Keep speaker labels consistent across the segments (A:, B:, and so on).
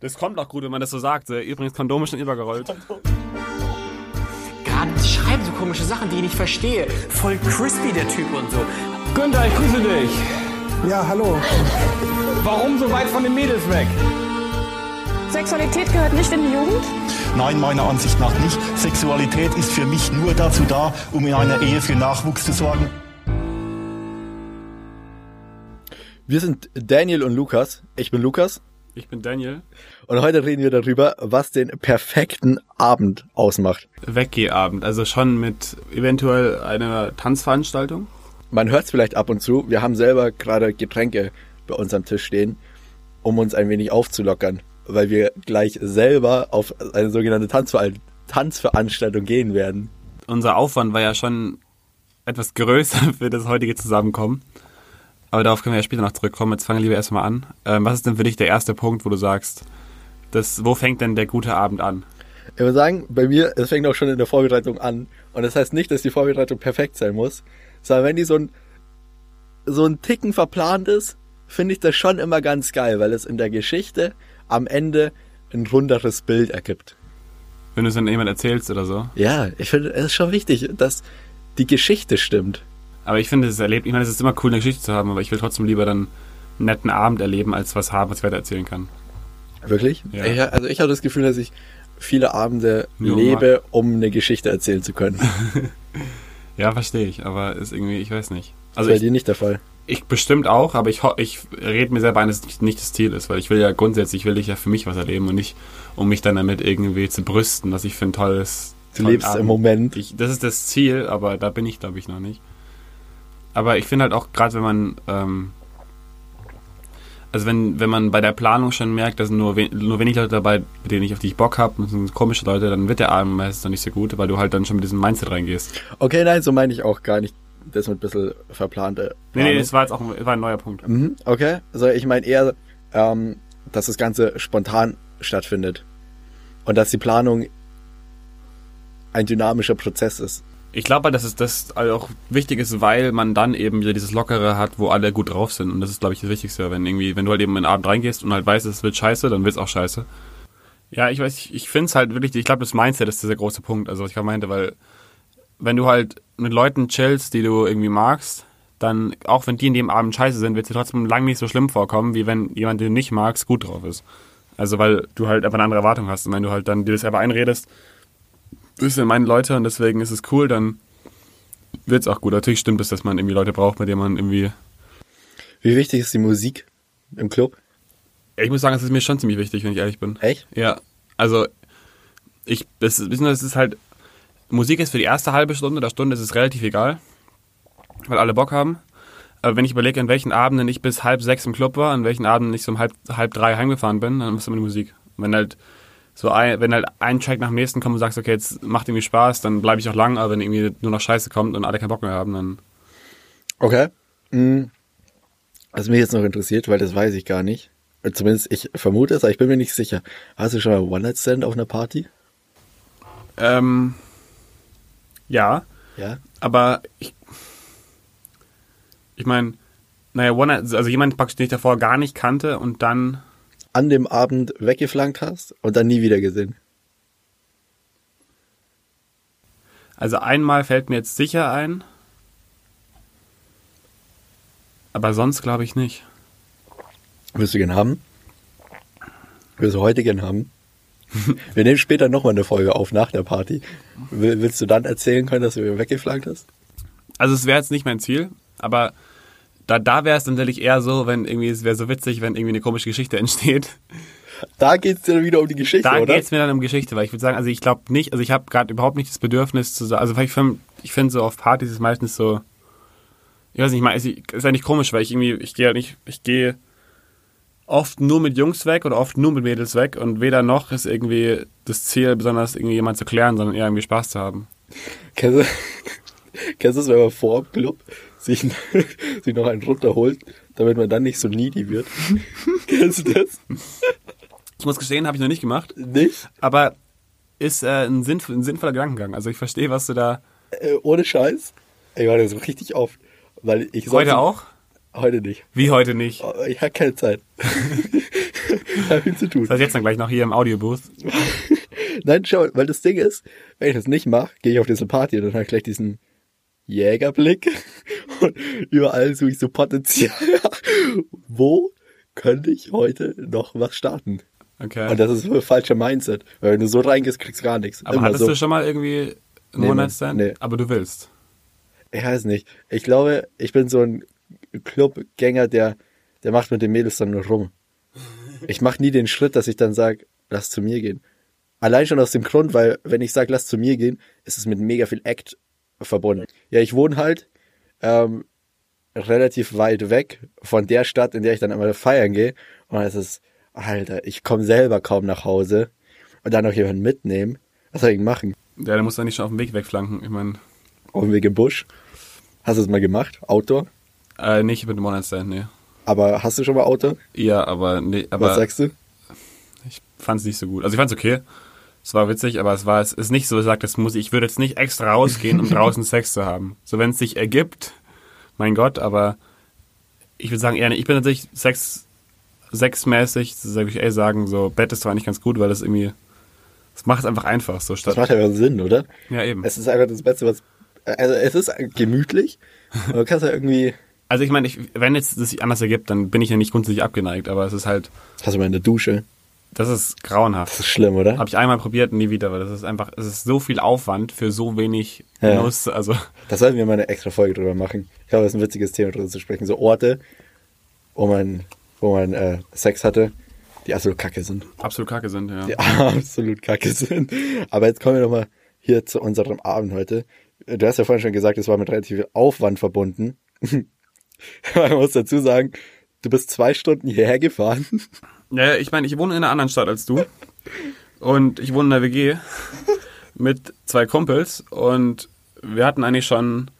A: Das kommt auch gut, wenn man das so sagt. Äh, Übrigens, Kondome schon übergerollt.
B: Gerade die schreiben so komische Sachen, die ich nicht verstehe. Voll crispy der Typ und so.
C: Günther, ich grüße dich.
D: Ja, hallo.
C: Warum so weit von den Mädels weg?
E: Sexualität gehört nicht in die Jugend?
F: Nein, meiner Ansicht nach nicht. Sexualität ist für mich nur dazu da, um in einer Ehe für Nachwuchs zu sorgen.
G: Wir sind Daniel und Lukas. Ich bin Lukas.
A: Ich bin Daniel.
G: Und heute reden wir darüber, was den perfekten Abend ausmacht.
A: Weggehabend, also schon mit eventuell einer Tanzveranstaltung.
G: Man hört es vielleicht ab und zu. Wir haben selber gerade Getränke bei uns am Tisch stehen, um uns ein wenig aufzulockern, weil wir gleich selber auf eine sogenannte Tanzver Tanzveranstaltung gehen werden.
A: Unser Aufwand war ja schon etwas größer für das heutige Zusammenkommen. Aber darauf können wir ja später noch zurückkommen. Jetzt fangen wir lieber erstmal an. Ähm, was ist denn für dich der erste Punkt, wo du sagst, das, wo fängt denn der gute Abend an?
G: Ich würde sagen, bei mir, es fängt auch schon in der Vorbereitung an. Und das heißt nicht, dass die Vorbereitung perfekt sein muss, sondern wenn die so ein, so ein Ticken verplant ist, finde ich das schon immer ganz geil, weil es in der Geschichte am Ende ein runderes Bild ergibt.
A: Wenn du es dann jemand erzählst oder so.
G: Ja, ich finde, es ist schon wichtig, dass die Geschichte stimmt.
A: Aber ich finde, es erlebt, ich meine, es ist immer cool, eine Geschichte zu haben, aber ich will trotzdem lieber dann einen netten Abend erleben, als was haben, was ich weiter erzählen kann.
G: Wirklich?
A: Ja.
G: Ich, also ich habe das Gefühl, dass ich viele Abende
A: Nur Also
G: lebe, um eine Geschichte erzählen zu können.
A: Ja, verstehe ich, aber ist irgendwie, ich weiß nicht.
G: Das
A: Also
G: ist bei
A: ich,
G: dir nicht der Fall.
A: ich bestimmt auch, aber ich, ho- ich rede mir selber ein, dass es nicht das Ziel ist, weil ich will ja grundsätzlich, will ich ja für mich was erleben und nicht, um mich dann damit irgendwie zu brüsten, was ich für ein tolles...
G: Du
A: tollen
G: lebst
A: Abend-
G: im Moment.
A: Ich, das ist das Ziel, aber da bin ich, glaube ich, noch nicht. Aber ich finde halt auch, gerade wenn man, ähm, also wenn, wenn man bei der Planung schon merkt, dass nur, we nur wenig Leute dabei, mit denen ich auf die ich Bock habe, sind komische Leute, dann wird der Abend meistens noch nicht so gut, weil du halt dann schon mit diesem Mindset reingehst.
G: Okay, nein, so meine ich auch gar nicht. Das mit ein bisschen verplante.
A: Nee, nee,
G: Planung.
A: das war jetzt auch ein, war ein neuer Punkt.
G: Mhm, okay. Also ich meine eher, ähm, dass das Ganze spontan stattfindet. Und dass die Planung ein dynamischer Prozess ist.
A: Ich glaube halt, dass es das halt auch wichtig ist, weil man dann eben wieder dieses Lockere hat, wo alle gut drauf sind. Und das ist, glaube ich, das Wichtigste. Wenn irgendwie, wenn du halt eben in den Abend reingehst und halt weißt, es wird scheiße, dann wird's auch scheiße. Ja, ich weiß, ich, ich finde es halt wirklich, ich glaube, das Mindset ist dieser große Punkt, also was ich gerade meinte, weil wenn du halt mit Leuten chillst, die du irgendwie magst, dann, auch wenn die in dem Abend scheiße sind, wird dir trotzdem lang nicht so schlimm vorkommen, wie wenn jemand, den du nicht magst, gut drauf ist. Also weil du halt einfach eine andere Erwartung hast. Und wenn du halt dann dir das einfach einredest, das sind meine Leute und deswegen ist es cool, dann wird's auch gut. Natürlich stimmt es, dass man irgendwie Leute braucht, mit denen man irgendwie.
G: Wie wichtig ist die Musik im Club?
A: Ich muss sagen, es ist mir schon ziemlich wichtig, wenn ich ehrlich bin.
G: Echt?
A: Ja. Also, ich, das ist, wissen Sie, es ist halt, Musik ist für die erste halbe Stunde, der Stunde ist es relativ egal, weil alle Bock haben. Aber wenn ich überlege, an welchen Abenden ich bis halb sechs im Club war, an welchen Abenden ich so um halb, halb drei heimgefahren bin, dann machst du immer die Musik. Und wenn halt so ein, wenn halt ein Track nach dem nächsten kommt und sagst, okay, jetzt macht irgendwie Spaß, dann bleibe ich auch lang, aber wenn irgendwie nur noch Scheiße kommt und alle keinen Bock mehr haben, dann
G: Okay. Hm. Was mich jetzt noch interessiert, weil das weiß ich gar nicht. Äh, Zumindest ich vermute es, aber ich bin mir nicht sicher. Hast du schon mal One-Night-Stand auf einer Party?
A: Ähm, ja,
G: Ja.
A: aber ich, ich meine, naja, One Night, also jemand praktisch, den ich davor gar nicht kannte und dann,
G: An dem Abend weggeflankt hast und dann nie wieder gesehen.
A: also einmal fällt mir jetzt sicher ein, aber sonst glaube ich nicht.
G: Wirst du gern haben? Wirst du heute gern haben? Wir nehmen später nochmal eine Folge auf nach der Party. Will- Willst du dann erzählen können, dass du weggeflankt hast?
A: Also es wäre jetzt nicht mein Ziel, aber da, da wäre es dann natürlich eher so, wenn irgendwie, es wäre so witzig, wenn irgendwie eine komische Geschichte entsteht.
G: Da geht's dir wieder um die Geschichte,
A: Da
G: oder?
A: geht's mir dann um Geschichte, weil ich würde sagen, also ich glaube nicht, also ich habe gerade überhaupt nicht das Bedürfnis zu sagen, also ich finde ich find so auf Partys ist meistens so, ich weiß nicht, mal- ist, ist eigentlich komisch, weil ich irgendwie, ich gehe halt nicht, ich gehe oft nur mit Jungs weg oder oft nur mit Mädels weg und weder noch ist irgendwie das Ziel, besonders irgendwie jemand zu klären, sondern eher irgendwie Spaß zu haben.
G: Kennst du, kennst du es, wenn man vor dem Club sich, sich noch einen runterholt, damit man dann nicht so needy wird? kennst du das?
A: Ich muss gestehen, habe ich noch nicht gemacht,
G: Nicht?
A: aber ist äh, ein, sinnv ein sinnvoller Gedankengang. Also ich verstehe, was du da
G: Äh, ohne Scheiß? Ich war das richtig oft. Weil ich sonst-
A: heute auch,
G: Heute nicht.
A: wie heute nicht.
G: Oh, Ich hatte keine Zeit. Hab viel zu tun.
A: Das heißt jetzt dann gleich noch hier im Audiobooth.
G: Nein, schau, weil das Ding ist, wenn ich das nicht mache, gehe ich auf diese Party und dann habe ich gleich diesen Jägerblick und überall suche ich so Potenzial. Wo könnte ich heute noch was starten?
A: Okay.
G: Und das ist ein falscher Mindset. Weil wenn du so reingehst, kriegst du gar nichts.
A: Aber
G: Immer
A: hattest
G: so.
A: du schon mal irgendwie einen
G: Nee,
A: One-Night-Stand?
G: nee.
A: Aber du willst.
G: Ich weiß nicht. Ich glaube, ich bin so ein Clubgänger, der, der macht mit den Mädels dann nur rum. Ich mache nie den Schritt, dass ich dann sage, lass zu mir gehen. Allein schon aus dem Grund, weil wenn ich sage, lass zu mir gehen, ist es mit mega viel Act verbunden. Ja, ich wohne halt ähm, relativ weit weg von der Stadt, in der ich dann immer feiern gehe. Und es ist, Alter, ich komme selber kaum nach Hause und dann noch jemanden mitnehmen. Was soll ich denn machen?
A: Ja, dann musst du nicht schon auf dem Weg wegflanken. Ich meine,
G: Auf dem Weg im Busch? Hast du es mal gemacht? Outdoor?
A: äh, nicht mit dem One-Night-Stand, nee.
G: Aber hast du schon mal Auto?
A: Ja, aber nee, aber
G: Was sagst du?
A: ich fand's nicht so gut. Also ich fand's okay. Es war witzig, aber es war es ist nicht so gesagt, das muss ich, ich würde jetzt nicht extra rausgehen, um draußen Sex zu haben. So wenn es sich ergibt, mein Gott, aber ich würde sagen eher, ich bin natürlich Sex sexmäßig, sage ich ehrlich sagen, so Bett ist zwar nicht ganz gut, weil das irgendwie das macht es einfach einfach so
G: Das
A: statt.
G: macht ja Sinn, oder?
A: Ja, eben.
G: Es ist einfach das Beste, was. Also, es ist gemütlich. aber du kannst ja irgendwie.
A: Also ich meine, ich, wenn jetzt das sich anders ergibt, dann bin ich ja nicht grundsätzlich abgeneigt, aber es ist halt,
G: Das hast du mal in der Dusche.
A: das ist grauenhaft.
G: Das ist schlimm, oder?
A: Habe ich einmal probiert, nie wieder, weil das ist einfach, es ist so viel Aufwand für so wenig
G: Ja.
A: Genuss. Also
G: Das sollten wir mal eine extra Folge drüber machen. Ich glaube, das ist ein witziges Thema drüber zu sprechen. So Orte, wo man, wo man äh, Sex hatte, die absolut kacke sind.
A: absolut kacke sind, ja.
G: Die absolut kacke sind. Aber jetzt kommen wir nochmal hier zu unserem Abend heute. Du hast ja vorhin schon gesagt, es war mit relativ viel Aufwand verbunden. Man muss dazu sagen, du bist zwei Stunden hierher gefahren.
A: Ja, ich meine, ich wohne in einer anderen Stadt als du. Und ich wohne in einer WG mit zwei Kumpels. Und wir hatten eigentlich schon,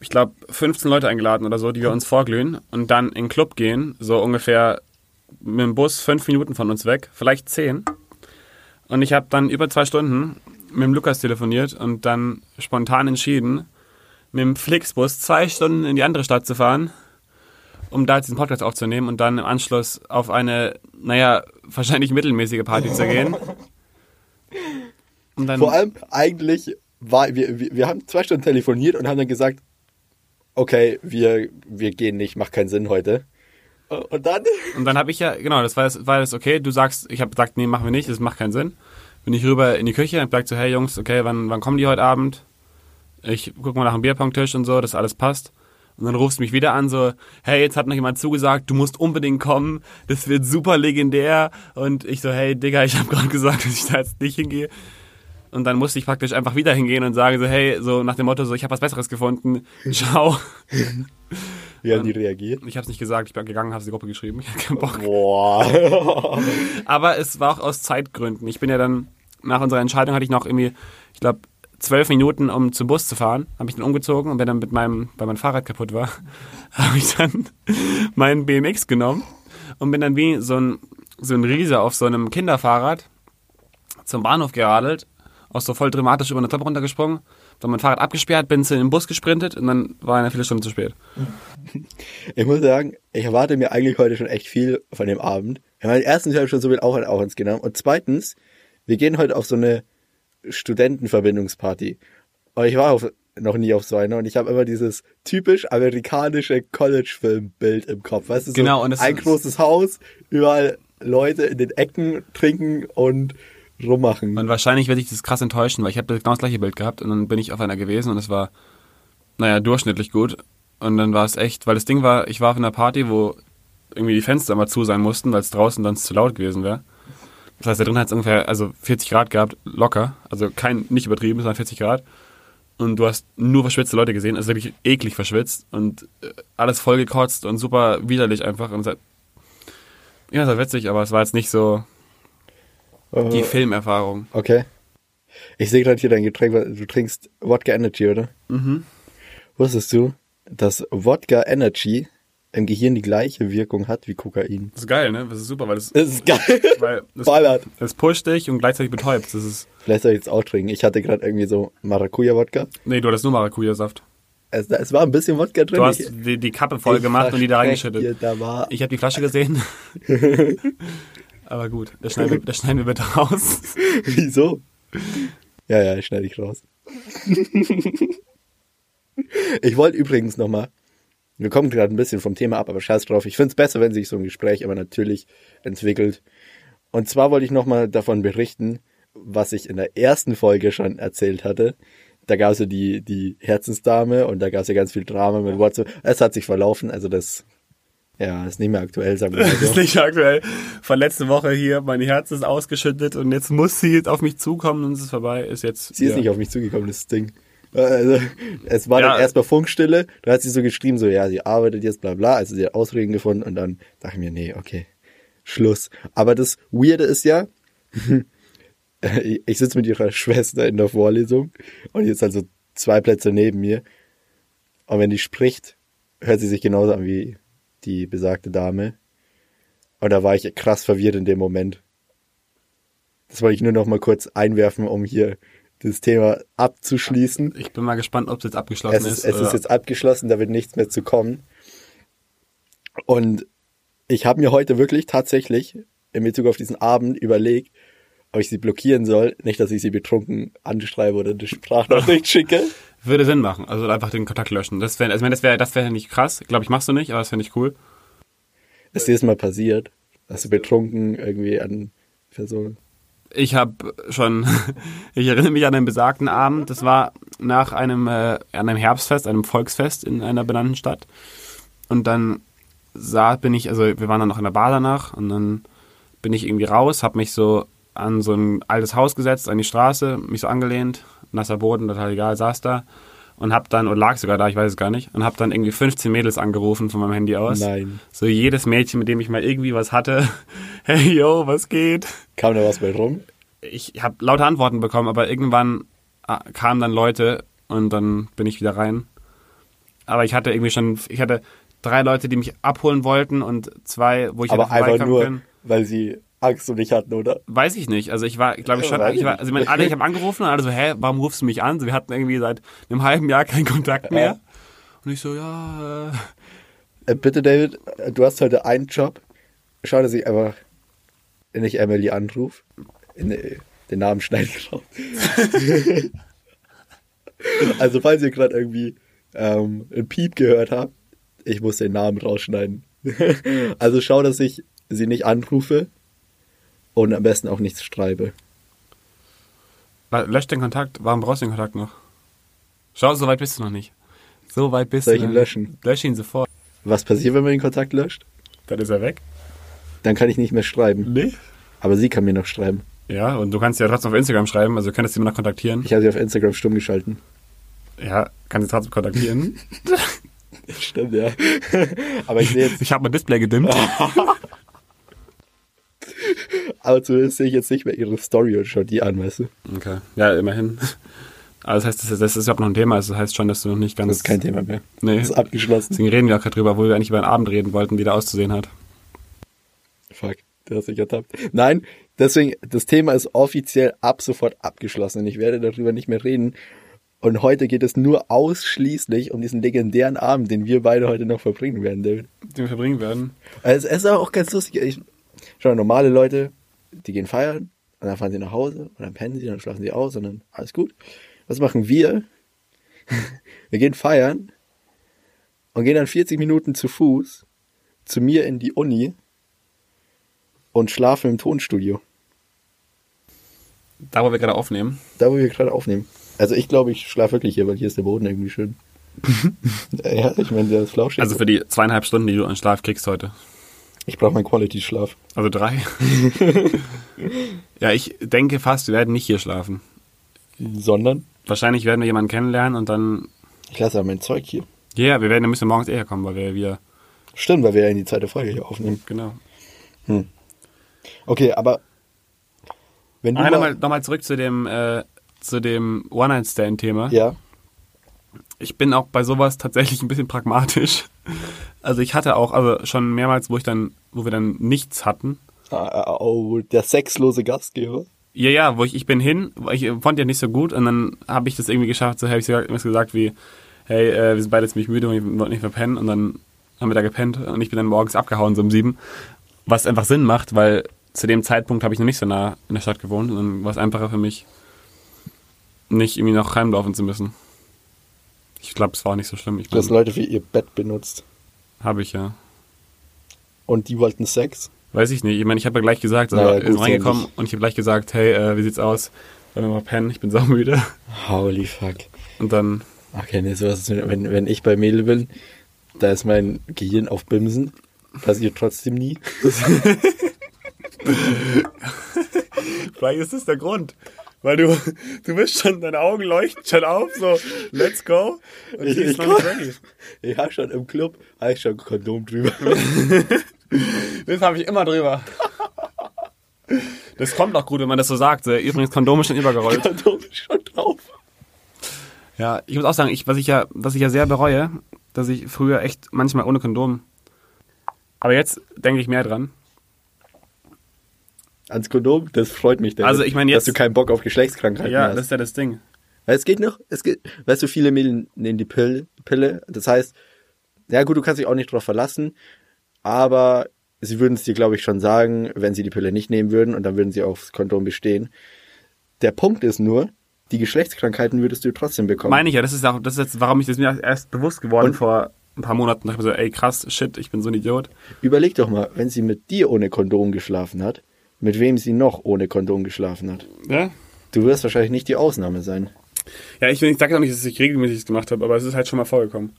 A: ich glaube, 15 Leute eingeladen oder so, die wir uns vorglühen und dann in den Club gehen, so ungefähr mit dem Bus fünf Minuten von uns weg, vielleicht zehn. Und ich habe dann über zwei Stunden mit dem Lukas telefoniert und dann spontan entschieden, mit dem Flixbus zwei Stunden in die andere Stadt zu fahren, um da jetzt diesen Podcast aufzunehmen und dann im Anschluss auf eine, naja, wahrscheinlich mittelmäßige Party zu gehen. Und dann,
G: Vor allem eigentlich war, wir, wir, wir haben zwei Stunden telefoniert und haben dann gesagt, okay, wir, wir gehen nicht, macht keinen Sinn heute. Und dann,
A: Und dann habe ich ja, genau, das war das, war das okay. Du sagst, ich habe gesagt, nee, machen wir nicht, das macht keinen Sinn. Bin ich rüber in die Küche und sag so, hey Jungs, okay, wann, wann kommen die heute Abend? Ich guck mal nach dem Bierpunktisch und so, dass alles passt. Und dann rufst du mich wieder an, so, hey, jetzt hat noch jemand zugesagt, du musst unbedingt kommen, das wird super legendär. Und ich so, hey Digga, ich habe gerade gesagt, dass ich da jetzt nicht hingehe. Und dann musste ich praktisch einfach wieder hingehen und sagen so, hey, so nach dem Motto, so, ich habe was Besseres gefunden, ciao.
G: wie haben die reagiert?
A: Ich habe es nicht gesagt, ich bin gegangen, habe die Gruppe geschrieben, ich hatte keinen Bock.
G: Boah.
A: Aber es war auch aus Zeitgründen. Ich bin ja dann, nach unserer Entscheidung hatte ich noch irgendwie, ich glaube, zwölf Minuten, um zum Bus zu fahren. Habe ich dann umgezogen und bin dann mit meinem, weil mein Fahrrad kaputt war, habe ich dann meinen BMX genommen und bin dann wie so ein, so ein Riese auf so einem Kinderfahrrad zum Bahnhof geradelt, auch so voll dramatisch über eine Treppe runtergesprungen, dann mein Fahrrad abgesperrt, bin zu dem Bus gesprintet und dann war eine viele Stunden zu spät.
G: Ich muss sagen, ich erwarte mir eigentlich heute schon echt viel von dem Abend. Ich meine, erstens, ich habe schon so viel auch auf uns genommen. Und zweitens, wir gehen heute auf so eine Studentenverbindungsparty. Und ich war auf, noch nie auf so einer und ich habe immer dieses typisch amerikanische College-Film-Bild im Kopf. Weißt du, so
A: Genau, und das
G: ein
A: ist-
G: großes Haus, überall Leute in den Ecken trinken und rummachen.
A: Und wahrscheinlich werde ich das krass enttäuschen, weil ich habe genau das gleiche Bild gehabt und dann bin ich auf einer gewesen und es war, naja, durchschnittlich gut. Und dann war es echt, weil das Ding war, ich war auf einer Party, wo irgendwie die Fenster mal zu sein mussten, weil es draußen sonst zu laut gewesen wäre. Das heißt, da drin hat es ungefähr also 40 Grad gehabt, locker. Also kein, nicht übertrieben, sondern 40 Grad. Und du hast nur verschwitzte Leute gesehen, also wirklich eklig verschwitzt und äh, alles vollgekotzt und super widerlich einfach. Und es hat, ja, es war witzig, aber es war jetzt nicht so die Filmerfahrung.
G: Okay. Ich sehe gerade hier dein Getränk, weil du trinkst Wodka Energy, oder? Mhm. Wusstest du, dass Wodka Energy im Gehirn die gleiche Wirkung hat wie Kokain?
A: Das ist geil, ne? Das ist super, weil das,
G: Das ist geil.
A: weil das,
G: Ballert.
A: das pusht dich und gleichzeitig betäubt. Das ist,
G: Vielleicht soll ich jetzt auch trinken. Ich hatte gerade irgendwie so Maracuja-Wodka.
A: nee, du hattest nur Maracuja-Saft.
G: Es, es war ein bisschen Wodka drin.
A: Du hast
G: Ich-
A: die, die Kappe voll
G: ich
A: gemacht und die da
G: verspreche dir,
A: reingeschüttet.
G: Da war
A: Ich habe die Flasche gesehen. Aber gut, das schneiden, wir, das schneiden wir bitte raus.
G: Also. Wieso? Ja, ja, schneide ich raus. ich wollte übrigens nochmal, wir kommen gerade ein bisschen vom Thema ab, aber scheiß drauf. Ich finde es besser, wenn sich so ein Gespräch aber natürlich entwickelt. Und zwar wollte ich nochmal davon berichten, was ich in der ersten Folge schon erzählt hatte. Da gab es ja die, die Herzensdame und da gab es ja ganz viel Drama mit WhatsApp. Es hat sich verlaufen, also das ja, ist nicht mehr aktuell, sagen wir mal
A: Das ist
G: so.
A: nicht aktuell. Von letzte Woche hier, mein Herz ist ausgeschüttet und jetzt muss sie jetzt auf mich zukommen und es ist vorbei. Ist jetzt.
G: Sie ist
A: ja.
G: nicht auf mich zugekommen, das Ding. Also, es war
A: Ja.
G: dann erstmal Funkstille, da hat sie so geschrieben, so, ja, sie arbeitet jetzt, bla, bla, also sie hat Ausreden gefunden und dann dachte ich mir, nee, okay, Schluss. Aber das Weirde ist ja, ich ich sitze mit ihrer Schwester in der Vorlesung und jetzt also zwei Plätze neben mir und wenn die spricht, hört sie sich genauso an wie die besagte Dame und da war ich krass verwirrt in dem Moment. Das wollte ich nur noch mal kurz einwerfen, um hier das Thema abzuschließen.
A: Ich bin mal gespannt, ob es jetzt abgeschlossen
G: Es ist,
A: ist.
G: es ist
A: oder-
G: jetzt abgeschlossen, da wird nichts mehr zu kommen. Und ich habe mir heute wirklich tatsächlich in Bezug auf diesen Abend überlegt, ob ich sie blockieren soll. Nicht, dass ich sie betrunken anschreibe oder eine Sprachnachricht schicke.
A: würde Sinn machen. Also einfach den Kontakt löschen. Das wäre, also ich meine, das wäre, das wäre nicht krass. Glaube ich, machst du nicht, aber das wäre nicht cool.
G: Ist jedes Mal passiert, dass du betrunken irgendwie an Personen.
A: Ich habe schon, ich erinnere mich an einen besagten Abend. Das war nach einem, äh, an einem Herbstfest, einem Volksfest in einer benannten Stadt. Und dann sah, bin ich, also wir waren dann noch in der Bar danach und dann bin ich irgendwie raus, habe mich so an so ein altes Haus gesetzt, an die Straße, mich so angelehnt, nasser Boden, total egal, saß da und hab dann, oder lag sogar da, ich weiß es gar nicht, und hab dann irgendwie 15 Mädels angerufen von meinem Handy aus.
G: Nein.
A: So jedes Mädchen, mit dem ich mal irgendwie was hatte. Hey, yo, was geht?
G: Kam da was bei rum?
A: ich habe lauter Antworten bekommen, aber irgendwann ah, kamen dann Leute und dann bin ich wieder rein. Aber ich hatte irgendwie schon, ich hatte drei Leute, die mich abholen wollten und zwei, wo ich
G: Aber
A: hätte
G: einfach
A: vorbeikommen
G: nur,
A: können.
G: weil sie Angst um dich hatten, oder?
A: Weiß ich nicht. Also ich war, glaube ich schon,
G: Ja, weiß
A: ich war,
G: ich
A: also ich meine, alle, ich habe angerufen und alle so, hä, warum rufst du mich an? So, wir hatten irgendwie seit einem halben Jahr keinen Kontakt mehr. Und ich so, ja, äh,
G: Äh, Bitte, David, äh, du hast heute einen Job. Schau, dass ich einfach nicht Emily anruf. In, äh, den Namen schneiden raus. also, falls ihr gerade irgendwie ähm, ein Piep gehört habt, ich muss den Namen rausschneiden. also, schau, dass ich sie nicht anrufe und am besten auch nichts schreibe.
A: wa- lösch den Kontakt, warum brauchst du den Kontakt noch? Schau, so weit bist du noch nicht. So weit bist
G: Soll
A: du
G: ich ihn
A: noch nicht.
G: löschen?
A: Lösch ihn sofort.
G: Was passiert, wenn man den Kontakt löscht?
A: Dann ist er weg.
G: Dann kann ich nicht mehr schreiben.
A: Nee.
G: Aber sie kann mir noch schreiben.
A: Ja, und du kannst ja trotzdem auf Instagram schreiben, also du könntest sie immer noch kontaktieren.
G: Ich habe sie auf Instagram stumm geschalten.
A: Ja, kannst sie trotzdem kontaktieren.
G: Stimmt, ja. Aber ich sehe jetzt
A: ich habe mein Display gedimmt.
G: Aber zumindest sehe ich jetzt nicht mehr ihre Story und schau die an, weißt du?
A: Okay. Ja, immerhin. Aber das heißt, das ist, das ist überhaupt noch ein Thema. Also das heißt schon, dass du noch nicht ganz.
G: Das ist kein Thema mehr.
A: Nee.
G: Das ist abgeschlossen.
A: Deswegen reden wir auch gerade drüber, obwohl wir eigentlich über einen Abend reden wollten, wie der auszusehen hat.
G: Fuck, der hat sich ertappt. Nein, deswegen, das Thema ist offiziell ab sofort abgeschlossen und ich werde darüber nicht mehr reden. Und heute geht es nur ausschließlich um diesen legendären Abend, den wir beide heute noch verbringen werden, David.
A: Den wir verbringen werden.
G: Also, es ist aber auch ganz lustig. Ich, schau, normale Leute, die gehen feiern und dann fahren sie nach Hause und dann pennen sie, dann schlafen sie aus und dann alles gut. Was machen wir? Wir gehen feiern und gehen dann 40 Minuten zu Fuß zu mir in die Uni und schlafen im Tonstudio,
A: Da, wo wir gerade aufnehmen.
G: da wo wir gerade aufnehmen. Also ich glaube, ich schlafe wirklich hier, weil hier ist der Boden irgendwie schön. ja, ich meine, der ist flauschig.
A: Also für die zweieinhalb Stunden, die du an Schlaf kriegst heute.
G: ich brauche meinen Quality-Schlaf.
A: Also drei. ja, ich denke fast, wir werden nicht hier schlafen.
G: Sondern
A: Wahrscheinlich werden wir jemanden kennenlernen und dann.
G: ich lasse aber mein Zeug hier.
A: Ja, wir werden, wir müssen morgens eher kommen, weil wir, wir
G: Stimmt, weil wir ja in die zweite Folge hier aufnehmen.
A: genau.
G: Okay, aber wenn du
A: Ah,
G: mal,
A: nochmal, nochmal zurück zu dem, äh, zu dem One-Night-Stand-Thema.
G: ja,
A: Ich bin auch bei sowas tatsächlich ein bisschen pragmatisch. Also ich hatte auch, also schon mehrmals, wo ich dann, wo wir dann nichts hatten.
G: Ah, ah, oh, der sexlose Gastgeber.
A: Ja, ja, wo ich, ich bin hin, weil ich äh, fand ja nicht so gut und dann habe ich das irgendwie geschafft, so habe ich gesagt, irgendwas gesagt wie, hey, äh, wir sind beide ziemlich müde und wir wollten nicht verpennen. Und dann haben wir da gepennt und ich bin dann morgens abgehauen, so um sieben. Was einfach Sinn macht, weil zu dem Zeitpunkt habe ich noch nicht so nah in der Stadt gewohnt. Und dann war es einfacher für mich, nicht irgendwie noch heimlaufen zu müssen. Ich glaube, es war auch nicht so schlimm. Ich
G: Dass
A: bin,
G: Leute für ihr Bett benutzt.
A: habe ich ja.
G: Und die wollten Sex.
A: Weiß ich nicht. Ich meine, ich habe ja gleich gesagt, also
G: Naja,
A: ich bin
G: gut, so
A: reingekommen
G: nicht.
A: und ich habe gleich gesagt, hey, äh, wie sieht's aus? Wollen wir mal pennen? Ich bin saumüde.
G: Holy fuck.
A: Und dann,
G: Okay, nee, sowas ist, wenn, wenn ich bei Mädel bin, da ist mein Gehirn auf Bimsen. Passiert trotzdem nie.
A: vielleicht ist das der Grund. Weil du, du bist schon, deine Augen leuchten schon auf, so, let's go. Und
G: Ich-
A: die ist
G: ich-
A: noch nicht ready.
G: Ich hab schon im Club, hab ich schon Kondom drüber.
A: Das habe ich immer drüber. Das kommt auch gut, wenn man das so sagt. Äh, Übrigens, Kondome schon übergerollt.
G: Kondom ist schon drauf.
A: Ja, ich muss auch sagen, ich, was, ich ja, was ich ja sehr bereue, dass ich früher echt manchmal ohne Kondom. Aber jetzt denke ich mehr dran.
G: Ans Kondom, das freut mich denn.
A: Also, ich meine
G: Dass
A: jetzt-
G: du keinen Bock auf Geschlechtskrankheiten
A: Ja,
G: hast.
A: das ist ja das Ding.
G: Weil es geht noch, es geht, weißt du, viele Mädchen nehmen die Pille, Pille. Das heißt, ja gut, du kannst dich auch nicht drauf verlassen, aber sie würden es dir, glaube ich, schon sagen, wenn sie die Pille nicht nehmen würden und dann würden sie aufs Kondom bestehen. Der Punkt ist nur, die Geschlechtskrankheiten würdest du trotzdem bekommen.
A: Meine ich ja, das ist auch, das ist jetzt, warum ich das mir erst bewusst geworden
G: Und-
A: vor ein paar Monaten. Ich hab so, ey krass, shit, ich bin so ein Idiot.
G: Überleg doch mal, wenn sie mit dir ohne Kondom geschlafen hat, mit wem sie noch ohne Kondom geschlafen hat.
A: Ja?
G: Du wirst wahrscheinlich nicht die Ausnahme sein.
A: Ja, ich, will- ich sage auch nicht, dass ich regelmäßig das gemacht habe, aber es ist halt schon mal vorgekommen.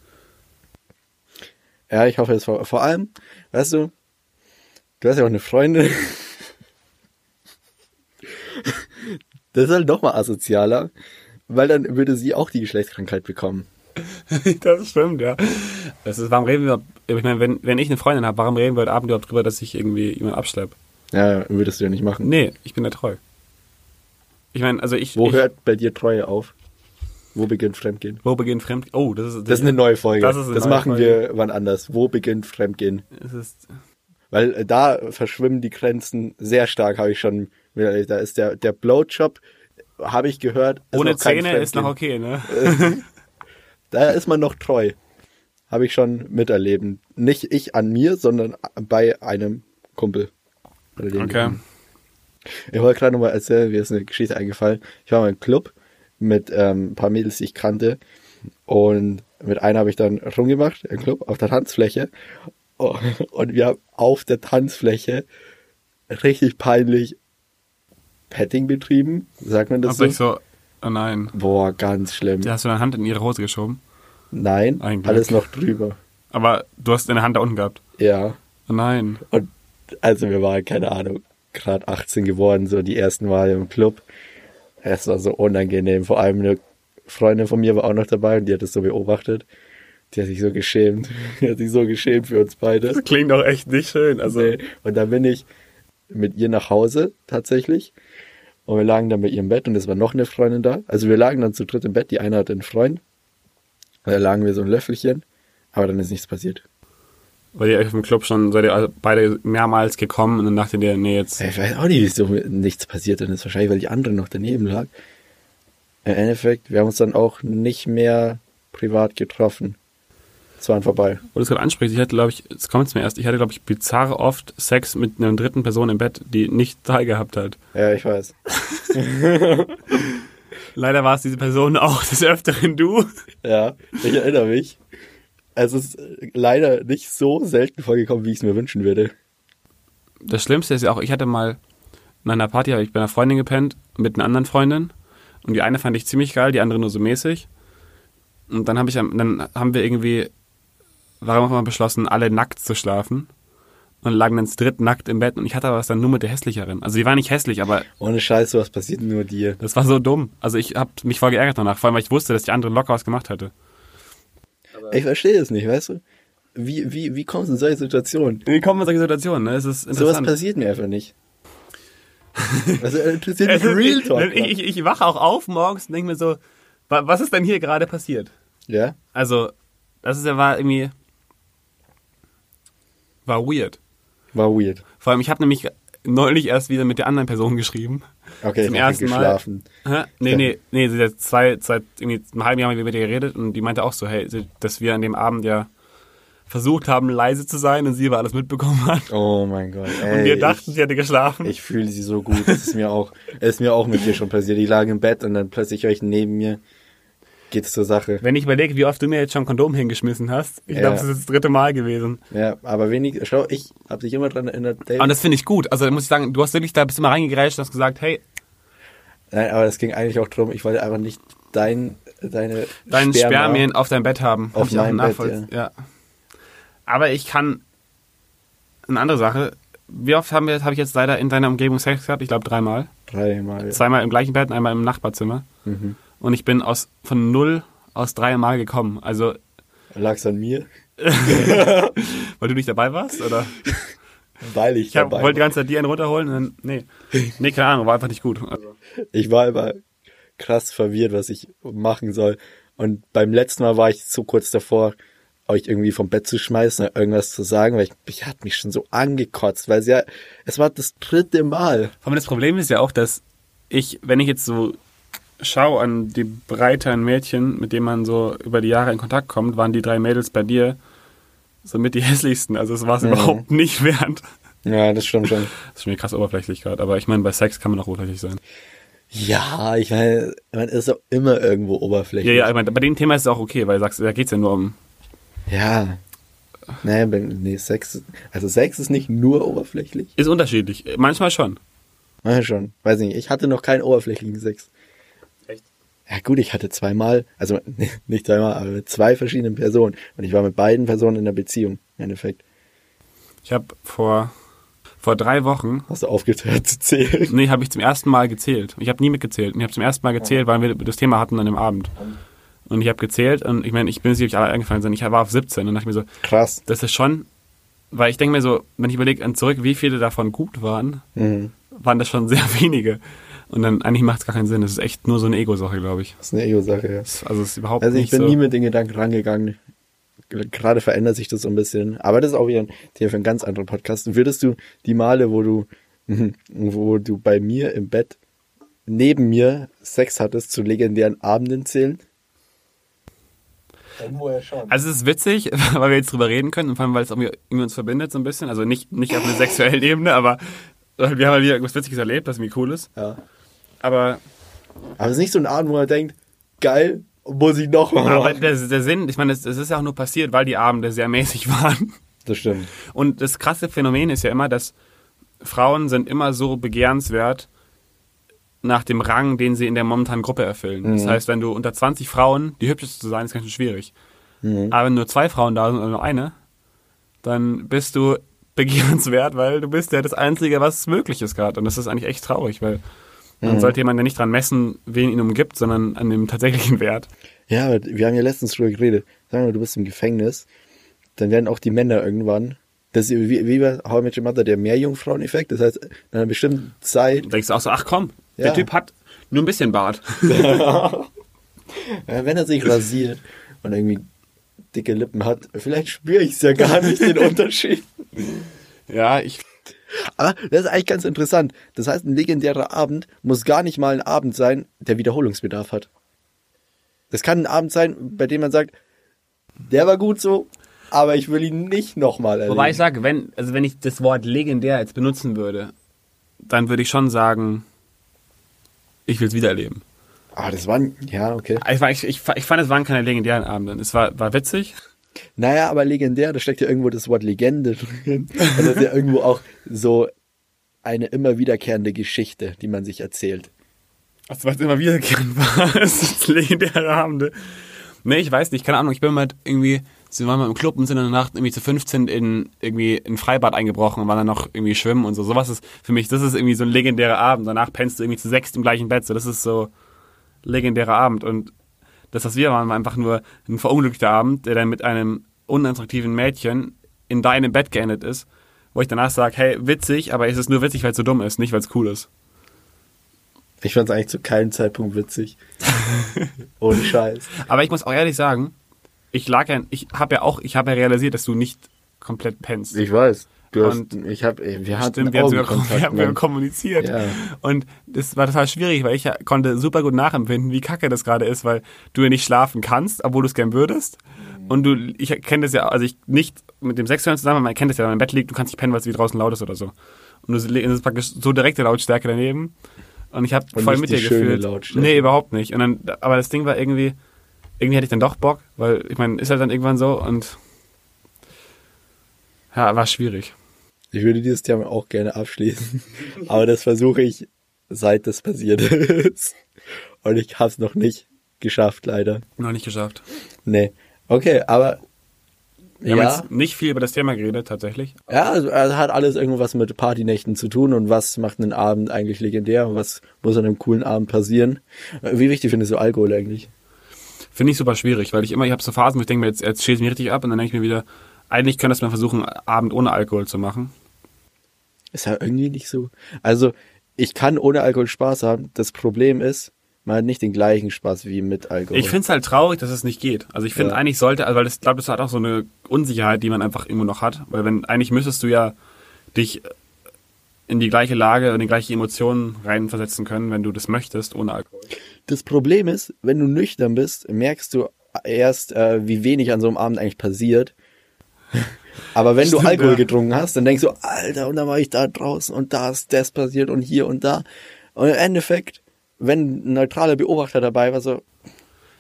G: Ja, ich hoffe es vor, vor allem, weißt du, du hast ja auch eine Freundin. Das ist halt doch mal asozialer, weil dann würde sie auch die Geschlechtskrankheit bekommen.
A: das stimmt, ja. Das ist, warum reden wir, ich meine, wenn, wenn ich eine Freundin habe, warum reden wir heute Abend überhaupt drüber, dass ich irgendwie jemanden abschleppe?
G: Ja, würdest du ja nicht machen.
A: Nee, ich bin ja treu. Ich meine, also ich.
G: Wo
A: ich,
G: hört bei dir Treue auf? Wo beginnt Fremdgehen?
A: Wo beginnt Fremd? Oh, das ist.
G: Das ist eine neue Folge.
A: Das ist eine neue
G: machen wir wann anders. Wo beginnt Fremdgehen?
A: das ist,
G: Weil äh, da verschwimmen die Grenzen sehr stark, habe ich schon. Da ist der, der Blowjob, habe ich gehört. ist
A: ohne
G: noch kein
A: Zähne ist noch
G: Fremdgehen.
A: okay, ne?
G: da ist man noch treu. Habe ich schon miterleben. Nicht ich an mir, sondern bei einem Kumpel. Oder dem-
A: Okay.
G: Ich wollte gerade nochmal erzählen, mir ist eine Geschichte eingefallen. Ich war mal im Club mit ähm, ein paar Mädels, die ich kannte. Und mit einer habe ich dann rumgemacht im Club auf der Tanzfläche. Oh, Und wir haben auf der Tanzfläche richtig peinlich Petting betrieben. Sagt man das
A: Also ich
G: so?
A: so, oh nein.
G: Boah, ganz schlimm.
A: Da hast du deine Hand in ihre Hose geschoben.
G: Nein,
A: Ein Glück.
G: alles noch drüber.
A: Aber du hast deine Hand da unten gehabt.
G: Ja.
A: Oh nein.
G: Und also wir waren, keine Ahnung, gerade 18 geworden, so die ersten Male im Club. Es war so unangenehm. Vor allem eine Freundin von mir war auch noch dabei und die hat es so beobachtet. Die hat sich so geschämt. Die hat sich so geschämt für uns beide.
A: Klingt doch echt nicht schön. Also,
G: Nee. Und dann bin ich mit ihr nach Hause tatsächlich. Und wir lagen dann bei ihrem Bett und es war noch eine Freundin da. Also wir lagen dann zu dritt im Bett. Die eine hatte einen Freund. Und da lagen wir so ein Löffelchen. Aber dann ist nichts passiert.
A: weil ihr euch im Club schon, seid ihr beide mehrmals gekommen und dann dachtet ihr, nee, jetzt.
G: Ich weiß auch nicht, wieso mir nichts passiert dann ist. Wahrscheinlich, weil die andere noch daneben lag. Im Endeffekt, wir haben uns dann auch nicht mehr privat getroffen. Es waren vorbei.
A: Wo du es gerade ansprichst, ich hatte, glaube ich, jetzt kommt es mir erst, ich hatte, glaube ich, bizarr oft Sex mit einer dritten Person im Bett, die nicht teilgehabt hat.
G: Ja, ich weiß.
A: Leider war es diese Person auch des Öfteren du.
G: Ja, ich erinnere mich. Es ist leider nicht so selten vorgekommen, wie ich es mir wünschen würde.
A: das Schlimmste ist ja auch, ich hatte mal an einer Party, habe ich bei einer Freundin gepennt, mit einer anderen Freundin. Und die eine fand ich ziemlich geil, die andere nur so mäßig. Und dann habe ich, am- dann haben wir irgendwie, warum auch immer beschlossen, alle nackt zu schlafen. Und lagen dann zu dritt nackt im Bett. Und ich hatte aber was dann nur mit der hässlicheren. Also die war nicht hässlich, aber
G: Ohne Scheiß, sowas passiert nur dir.
A: das war so dumm. Also ich habe mich voll geärgert danach, vor allem weil ich wusste, dass die andere locker was gemacht hatte.
G: Ich verstehe es nicht, weißt du? Wie, wie, wie kommst du in solche Situationen?
A: Wie kommen wir in solche Situationen? Ne? Es ist
G: Sowas
A: interessant.
G: passiert mir einfach nicht. Also interessiert
A: es
G: mich
A: ist,
G: Real
A: ich,
G: Talk.
A: ich, ich, ich wache auch auf morgens und denke mir so, wa- was ist denn hier gerade passiert?
G: ja?
A: Also, das ist ja war irgendwie. War weird.
G: War weird.
A: Vor allem, ich habe nämlich neulich erst wieder mit der anderen Person geschrieben.
G: Okay,
A: Zum
G: ich hab
A: ersten Mal.
G: geschlafen.
A: Hä? Nee,
G: Ja.
A: nee, nee, sie hat zwei, seit irgendwie einem halben Jahr mit mir geredet und die meinte auch so, hey, sie- dass wir an dem Abend ja versucht haben, leise zu sein und sie aber alles mitbekommen hat.
G: Oh mein Gott. Ey,
A: und wir dachten,
G: ich,
A: sie hätte geschlafen.
G: ich fühle sie so gut. Das ist mir auch, ist mir auch mit dir schon passiert. Ich lag im Bett und dann plötzlich euch neben mir geht's zur Sache.
A: Wenn ich überlege, wie oft du mir jetzt schon Kondom hingeschmissen hast, ich
G: Ja.
A: glaube, das ist das dritte Mal gewesen.
G: Ja, aber wenig, schau, ich hab dich immer dran erinnert, Dave.
A: Und das finde ich gut. Also da muss ich sagen, du hast wirklich da bist du mal reingegrätscht und hast gesagt, hey,
G: Nein, aber es ging eigentlich auch drum, ich wollte einfach nicht dein, deine
A: deinen Spermien auf deinem Bett haben. Hab
G: Auf
A: ich auch
G: meinem Bett,
A: nachvollz- ja. Aber ich kann eine andere Sache. Wie oft haben wir, habe ich jetzt leider in deiner Umgebung Sex gehabt? Ich glaube dreimal.
G: dreimal.
A: Zweimal im gleichen Bett und einmal im Nachbarzimmer.
G: Mhm.
A: Und ich bin aus, von null aus dreimal gekommen. Also,
G: Lag's an mir,
A: weil du nicht dabei warst? Oder?
G: weil ich,
A: Ich hab,
G: dabei
A: wollte die
G: war.
A: ganze Zeit die einen runterholen und dann, nee. Nee, keine Ahnung, war einfach nicht gut. Also,
G: Ich war immer krass verwirrt, was ich machen soll. Und beim letzten Mal war ich so kurz davor, euch irgendwie vom Bett zu schmeißen oder irgendwas zu sagen, weil ich, ich hat mich schon so angekotzt, weil es ja, es war das dritte Mal.
A: Aber das Problem ist ja auch, dass ich, wenn ich jetzt so schaue an die Breite an Mädchen, mit denen man so über die Jahre in Kontakt kommt, waren die drei Mädels bei dir somit die hässlichsten. Also es war es überhaupt nicht wert.
G: Ja, das stimmt schon.
A: Das ist schon wieder krass oberflächlich gerade, aber ich meine, bei Sex kann man auch oberflächlich sein.
G: Ja, ich meine, man ist doch immer irgendwo
A: Ja,
G: oberflächlich.
A: ja, ich meine, bei dem Thema ist es auch okay, weil du sagst, da geht es ja nur um.
G: Ja. Naja, bei, nee, Sex, also Sex ist nicht nur oberflächlich.
A: Ist unterschiedlich. Manchmal schon.
G: Ja, schon. Weiß nicht, ich hatte noch keinen oberflächlichen Sex.
A: Echt?
G: Ja gut, ich hatte zweimal, also nicht zweimal, aber mit zwei verschiedenen Personen. Und ich war mit beiden Personen in der Beziehung, im Endeffekt.
A: Ich habe vor, vor drei Wochen,
G: Hast du aufgehört zu zählen?
A: nee, habe ich zum ersten Mal gezählt. Ich habe nie mitgezählt. Und Ich habe zum ersten Mal gezählt, weil wir das Thema hatten an dem Abend. Und ich habe gezählt und ich meine, ich bin mir sicher, ob alle eingefallen sind. Ich war auf 17 und dachte mir so,
G: Krass.
A: das ist schon, weil ich denke mir so, wenn ich überlege an zurück, wie viele davon gut waren,
G: Mhm.
A: waren das schon sehr wenige. Und dann eigentlich macht es gar keinen Sinn. Das ist echt nur so eine Ego-Sache, glaube ich.
G: Das ist eine Ego-Sache, ja.
A: Das- Also es ist überhaupt
G: Also ich
A: nicht
G: bin
A: so.
G: nie mit den Gedanken rangegangen. Gerade verändert sich das so ein bisschen. Aber das ist auch wieder ein Thema für einen ganz anderen Podcast. Würdest du die Male, wo du, wo du bei mir im Bett neben mir Sex hattest, zu legendären Abenden zählen?
A: Also es ist witzig, weil wir jetzt drüber reden können und vor allem, weil es auch irgendwie irgendwie uns verbindet so ein bisschen. Also nicht, nicht auf einer sexuellen Ebene, aber wir haben mal wieder irgendwas Witziges erlebt, das irgendwie cool ist.
G: Ja.
A: Aber,
G: Aber es ist nicht so ein Abend, wo man denkt, geil, muss ich noch mal
A: aber
G: machen.
A: der, der Sinn, ich meine, es es ist ja auch nur passiert, weil die Abende sehr mäßig waren.
G: Das stimmt.
A: Und das krasse Phänomen ist ja immer, dass Frauen sind immer so begehrenswert nach dem Rang, den sie in der momentanen Gruppe erfüllen. Das heißt, wenn du unter 20 Frauen die hübscheste zu sein, ist ganz schön schwierig. Aber wenn nur zwei Frauen da sind oder nur eine, dann bist du begehrenswert, weil du bist ja das Einzige, was möglich ist gerade. Und das ist eigentlich echt traurig, weil man sollte jemanden ja nicht dran messen, wen ihn umgibt, sondern an dem tatsächlichen Wert.
G: Ja, aber wir haben ja letztens drüber geredet. Sagen wir, mal, du bist im Gefängnis, dann werden auch die Männer irgendwann. Das ist wie, wie bei How I Met Your Mother, der Meerjungfrauen-Effekt. Das heißt, in einer bestimmten Zeit
A: Da denkst du auch so, ach komm,
G: Ja.
A: der Typ hat nur ein bisschen Bart.
G: Ja, äh, wenn er sich rasiert und irgendwie dicke Lippen hat, vielleicht spüre ich es ja gar nicht, den Unterschied.
A: ja, ich
G: Aber Ah, das ist eigentlich ganz interessant. Das heißt, ein legendärer Abend muss gar nicht mal ein Abend sein, der Wiederholungsbedarf hat. Das kann ein Abend sein, bei dem man sagt, der war gut so, aber ich will ihn nicht nochmal erleben.
A: Wobei ich sage, wenn, also wenn ich das Wort legendär jetzt benutzen würde, dann würde ich schon sagen, ich will es wiedererleben.
G: ah, das war ein, ja, okay.
A: Ich, war- ich, ich, ich fand, es waren keine legendären Abende. Es war, war witzig.
G: Naja, aber legendär, da steckt ja irgendwo das Wort Legende drin. Also das ist ja irgendwo auch so eine immer wiederkehrende Geschichte, die man sich erzählt.
A: Also weil es immer wiederkehrend war, es ist legendäre Abende. Nee, ich weiß nicht, keine Ahnung. Ich bin mal halt irgendwie, sie waren mal im Club und sind in der Nacht irgendwie zu 15 in irgendwie in ein Freibad eingebrochen und waren dann noch irgendwie schwimmen und so. Sowas ist für mich, das ist irgendwie so ein legendärer Abend. Danach pennst du irgendwie zu sechs im gleichen Bett. So, das ist so legendärer Abend. Und das, was wir waren, war einfach nur ein verunglückter Abend, der dann mit einem unattraktiven Mädchen in deinem Bett geendet ist, wo ich danach sage, hey, witzig, aber es ist nur witzig, weil es so dumm ist, nicht weil es cool ist.
G: Ich fand es eigentlich zu keinem Zeitpunkt witzig. Ohne Scheiß.
A: Aber ich muss auch ehrlich sagen, ich lag ja, ich habe ja auch, ich habe ja realisiert, dass du nicht komplett pennst.
G: weiß. Du hast,
A: Und-
G: ich hab, ey, wir hatten
A: Stimmt, wir haben sogar wir
G: Augenkontakt.
A: haben sogar
G: Mann.
A: kommuniziert.
G: Ja.
A: Und das war total schwierig, weil ich ja konnte super gut nachempfinden, wie kacke das gerade ist, weil du ja nicht schlafen kannst, obwohl du es gern würdest. Und du, ich kenne das ja, also ich nicht mit dem Sexhören zusammen, aber man kennt das ja, wenn man im Bett liegt, du kannst nicht pennen, weil es wie draußen laut ist oder so. Und du le- es ist praktisch so direkte Lautstärke daneben. Und ich habe
G: Und
A: voll
G: nicht
A: mit
G: die
A: dir
G: schöne
A: gefühlt.
G: Lautstärke.
A: Nee, überhaupt nicht. Und dann, aber das Ding war irgendwie, irgendwie hatte ich dann doch Bock, weil ich meine, ist halt dann irgendwann so und ja, war schwierig.
G: Ich würde dieses Thema auch gerne abschließen, aber das versuche ich, seit das passiert ist. Und ich habe es noch nicht geschafft, leider.
A: Noch nicht geschafft.
G: Nee. Okay, aber
A: Wir haben
G: ja,
A: jetzt nicht viel über das Thema geredet, tatsächlich.
G: ja also, also hat alles irgendwas mit Partynächten zu tun und was macht einen Abend eigentlich legendär und was muss an einem coolen Abend passieren. Äh, Wie wichtig findest du Alkohol eigentlich?
A: Finde ich super schwierig, weil ich immer, ich habe so Phasen, wo ich denke mir, jetzt, jetzt schäle ich mich richtig ab und dann denke ich mir wieder, eigentlich könnte das mal versuchen, Abend ohne Alkohol zu machen.
G: Ist ja irgendwie nicht so. Also, ich kann ohne Alkohol Spaß haben. Das Problem ist, man hat nicht den gleichen Spaß wie mit Alkohol.
A: Ich finde es halt traurig, dass es nicht geht. Also ich finde
G: Ja.
A: eigentlich sollte, also weil das, glaube, das hat auch so eine Unsicherheit, die man einfach irgendwo noch hat. Weil wenn, eigentlich müsstest du ja dich in die gleiche Lage und die gleiche Emotionen reinversetzen können, wenn du das möchtest, ohne Alkohol.
G: Das Problem ist, wenn du nüchtern bist, merkst du erst, äh, wie wenig an so einem Abend eigentlich passiert. Aber wenn
A: Stimmt,
G: du Alkohol
A: ja.
G: getrunken hast, dann denkst du, Alter, und dann war ich da draußen und da ist das passiert und hier und da. Und im Endeffekt, wenn ein neutraler Beobachter dabei war, so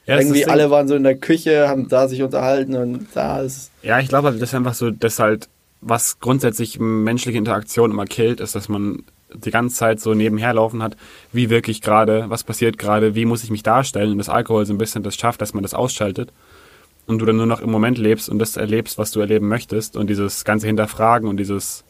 A: Ja, das ist
G: irgendwie
A: das Ding.
G: alle waren so in der Küche, haben da sich unterhalten und da ist.
A: Ja, ich glaube, das ist einfach so, dass halt, was grundsätzlich menschliche Interaktion immer killt, ist, dass man die ganze Zeit so nebenher laufen hat, wie wirklich gerade, was passiert gerade, wie muss ich mich darstellen und das Alkohol so ein bisschen das schafft, dass man das ausschaltet und du dann nur noch im Moment lebst und das erlebst, was du erleben möchtest und dieses ganze Hinterfragen und dieses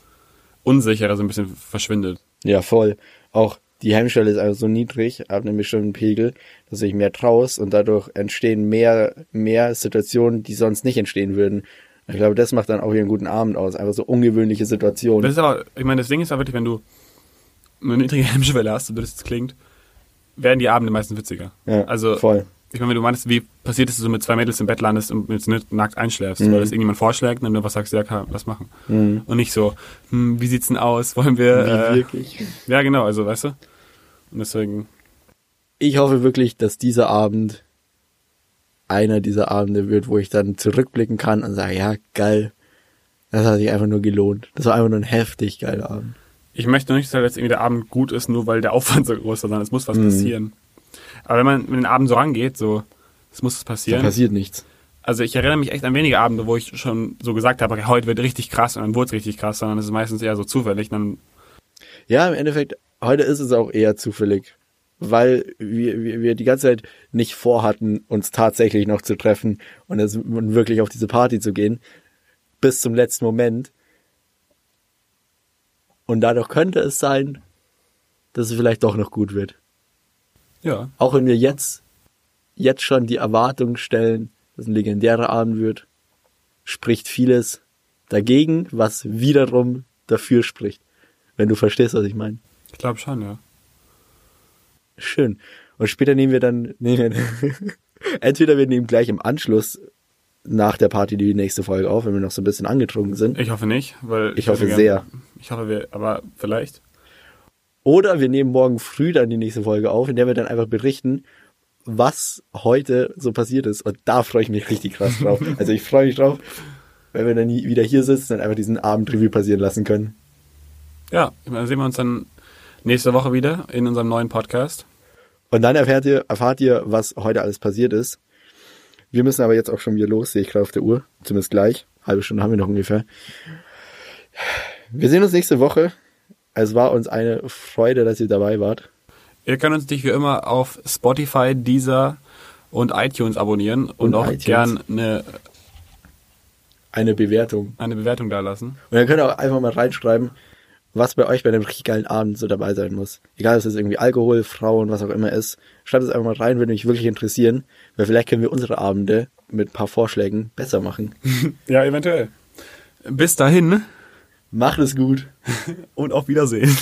A: Unsichere so ein bisschen verschwindet.
G: Ja, voll. Auch die Hemmschwelle ist also so niedrig, ab einem bestimmten Pegel, dass du dich mehr traust und dadurch entstehen mehr, mehr Situationen, die sonst nicht entstehen würden. Ich glaube, das macht dann auch wieder einen guten Abend aus. Einfach so ungewöhnliche
A: Das
G: Situationen.
A: ist aber, ich meine, das Ding ist ja wirklich, wenn du eine niedrige Hemmschwelle hast, so wie das jetzt klingt, werden die Abende meistens witziger.
G: Ja,
A: also,
G: voll.
A: ich meine, wenn du meinst, wie passiert es, dass du mit zwei Mädels im Bett landest und jetzt nicht nackt einschläfst,
G: Mhm.
A: weil das irgendjemand vorschlägt und du was sagst, ja, kann, lass machen. Und nicht so, hm, wie sieht's denn aus, wollen wir...
G: Wie
A: Äh,
G: wirklich.
A: ja, genau, also, weißt du? Und deswegen,
G: Ich hoffe wirklich, dass dieser Abend einer dieser Abende wird, wo ich dann zurückblicken kann und sage, ja, geil. Das hat sich einfach nur gelohnt. Das war einfach nur ein heftig geiler Abend.
A: ich möchte nicht, dass halt jetzt irgendwie der Abend gut ist, nur weil der Aufwand so groß war, sondern es muss
G: Mhm.
A: was passieren. Aber wenn man mit den Abend so rangeht, so, es muss was
G: Da
A: passieren.
G: passiert nichts.
A: Also ich erinnere mich echt an wenige Abende, wo ich schon so gesagt habe, okay, heute wird richtig krass und dann wurde es richtig krass, sondern es ist meistens eher so zufällig. Dann,
G: Ja, im Endeffekt, heute ist es auch eher zufällig, weil wir, wir, wir die ganze Zeit nicht vorhatten, uns tatsächlich noch zu treffen und, es, und wirklich auf diese Party zu gehen, bis zum letzten Moment. Und dadurch könnte es sein, dass es vielleicht doch noch gut wird.
A: ja.
G: Auch wenn wir jetzt, jetzt schon die Erwartung stellen, dass ein legendärer Abend wird, spricht vieles dagegen, was wiederum dafür spricht. Wenn du verstehst, was ich meine.
A: Ich glaube schon, ja.
G: Schön. Und später nehmen wir dann, nehmen wir, entweder wir nehmen gleich im Anschluss nach der Party die nächste Folge auf, wenn wir noch so ein bisschen angetrunken sind.
A: Ich hoffe nicht, weil...
G: Ich hoffe
A: würde
G: sehr.
A: Ich hoffe, wir, aber vielleicht.
G: Oder wir nehmen morgen früh dann die nächste Folge auf, in der wir dann einfach berichten, was heute so passiert ist. Und da freue ich mich richtig krass drauf. Also ich freue mich drauf, wenn wir dann nie- wieder hier sitzen und einfach diesen Abendreview passieren lassen können.
A: Ja, ich meine, dann sehen wir uns dann nächste Woche wieder in unserem neuen Podcast.
G: Und dann erfährt ihr, erfahrt ihr, was heute alles passiert ist. Wir müssen aber jetzt auch schon wieder los, sehe ich gerade auf der Uhr. Zumindest gleich. Halbe Stunde haben wir noch ungefähr. Wir sehen uns nächste Woche. Es war uns eine Freude, dass ihr dabei wart.
A: Ihr könnt uns natürlich wie immer auf Spotify, Deezer und iTunes abonnieren und,
G: Und
A: auch
G: iTunes.
A: gern eine,
G: Eine Bewertung.
A: eine Bewertung dalassen.
G: Und dann könnt ihr auch einfach mal reinschreiben, was bei euch bei einem richtig geilen Abend so dabei sein muss. Egal, ob es irgendwie Alkohol, Frauen, was auch immer ist. Schreibt es einfach mal rein, würde mich wirklich interessieren. Weil vielleicht können wir unsere Abende mit ein paar Vorschlägen besser machen.
A: Ja, eventuell. Bis dahin
G: Macht es gut.
A: und auf Wiedersehen.